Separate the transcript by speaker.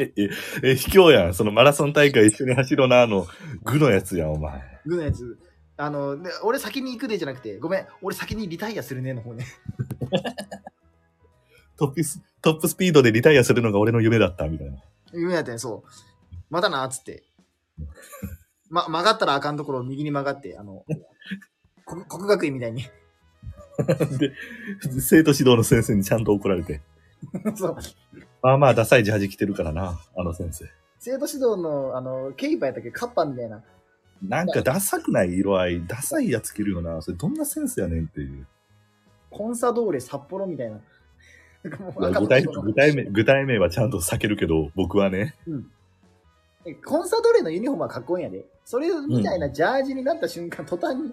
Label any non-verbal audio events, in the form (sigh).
Speaker 1: (laughs) え、卑怯やん。そのマラソン大会一緒に走ろうな、あの、具のやつやん、お前。
Speaker 2: グのやつ。あの、ね、俺先に行くでじゃなくて、ごめん、俺先にリタイアするねの方ね。 (laughs)
Speaker 1: トップス、トップスピードでリタイアするのが俺の夢だった、みたいな。 (laughs)
Speaker 2: 夢やったんやそう。またな、つって。ま、曲がったらあかんところを右に曲がって、あの、国 (laughs) 国学院みたいに。
Speaker 1: で、生徒指導の先生にちゃんと怒られて。
Speaker 2: そう。
Speaker 1: まあまあ、ダサい字弾きてるからな、あの先生。
Speaker 2: 生徒指導の、あの、ケイパーやったっけカッパみたいな。
Speaker 1: なんかダサくない色合い、ダサいやつ着るよな。それどんなセンスやねんっていう。
Speaker 2: コンサドーレ札幌みたいな。なんかもう
Speaker 1: まあ
Speaker 2: 赤
Speaker 1: 具
Speaker 2: と
Speaker 1: 体
Speaker 2: 白の
Speaker 1: 具体名、具体名はちゃんと避けるけど、僕はね。
Speaker 2: えコンサドーレのユニフォームはかっこいいんやで。それみたいなジャージになった瞬間、途端に